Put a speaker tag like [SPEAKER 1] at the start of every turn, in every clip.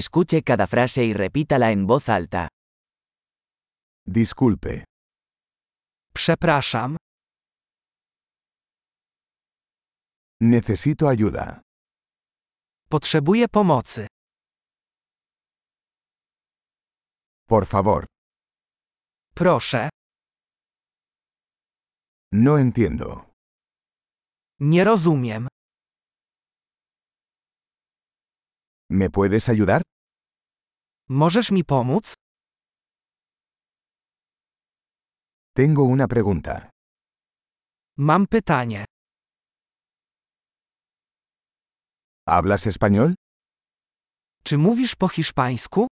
[SPEAKER 1] Escuche cada frase y repítala en voz alta.
[SPEAKER 2] Disculpe.
[SPEAKER 3] Przepraszam,
[SPEAKER 2] Necesito ayuda.
[SPEAKER 3] potrzebuję pomocy.
[SPEAKER 2] Por favor.
[SPEAKER 3] Proszę,
[SPEAKER 2] No entiendo.
[SPEAKER 3] nie rozumiem.
[SPEAKER 2] ¿Me puedes ayudar?
[SPEAKER 3] Możesz mi pomóc?
[SPEAKER 2] Tengo una pregunta.
[SPEAKER 3] Mam pytanie.
[SPEAKER 2] ¿Hablas español?
[SPEAKER 3] Czy mówisz po hiszpańsku?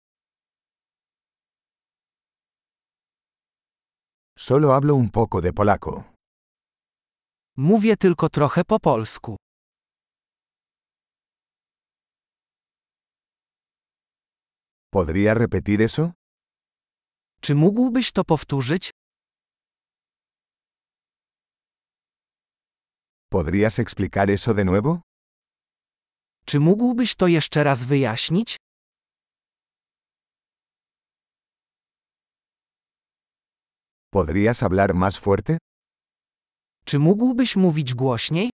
[SPEAKER 2] Solo hablo un poco de polaco.
[SPEAKER 3] Mówię tylko trochę po polsku.
[SPEAKER 2] ¿Podría repetir eso?
[SPEAKER 3] Czy mógłbyś to powtórzyć?
[SPEAKER 2] ¿Podrías explicar eso de nuevo?
[SPEAKER 3] Czy mógłbyś to jeszcze raz wyjaśnić?
[SPEAKER 2] ¿Podrías hablar más fuerte?
[SPEAKER 3] Czy mógłbyś mówić głośniej?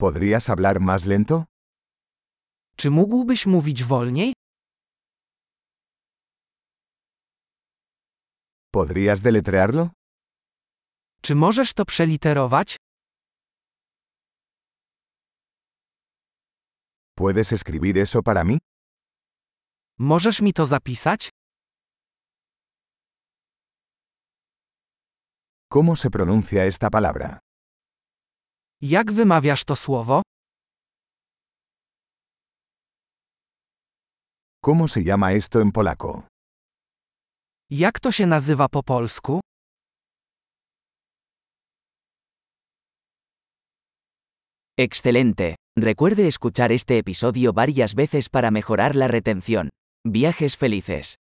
[SPEAKER 2] ¿Podrías hablar más lento?
[SPEAKER 3] Czy mógłbyś mówić wolniej?
[SPEAKER 2] ¿Podrías deletrearlo?
[SPEAKER 3] Czy możesz to przeliterować?
[SPEAKER 2] ¿Puedes escribir eso para mí?
[SPEAKER 3] Możesz mi to zapisać?
[SPEAKER 2] ¿Cómo se pronuncia esta palabra?
[SPEAKER 3] Jak wymawiasz to słowo?
[SPEAKER 2] ¿Cómo se llama esto en polaco?
[SPEAKER 3] Jak to się nazywa po polsku?
[SPEAKER 1] Excelente. Recuerde escuchar este episodio varias veces para mejorar la retención. Viajes felices.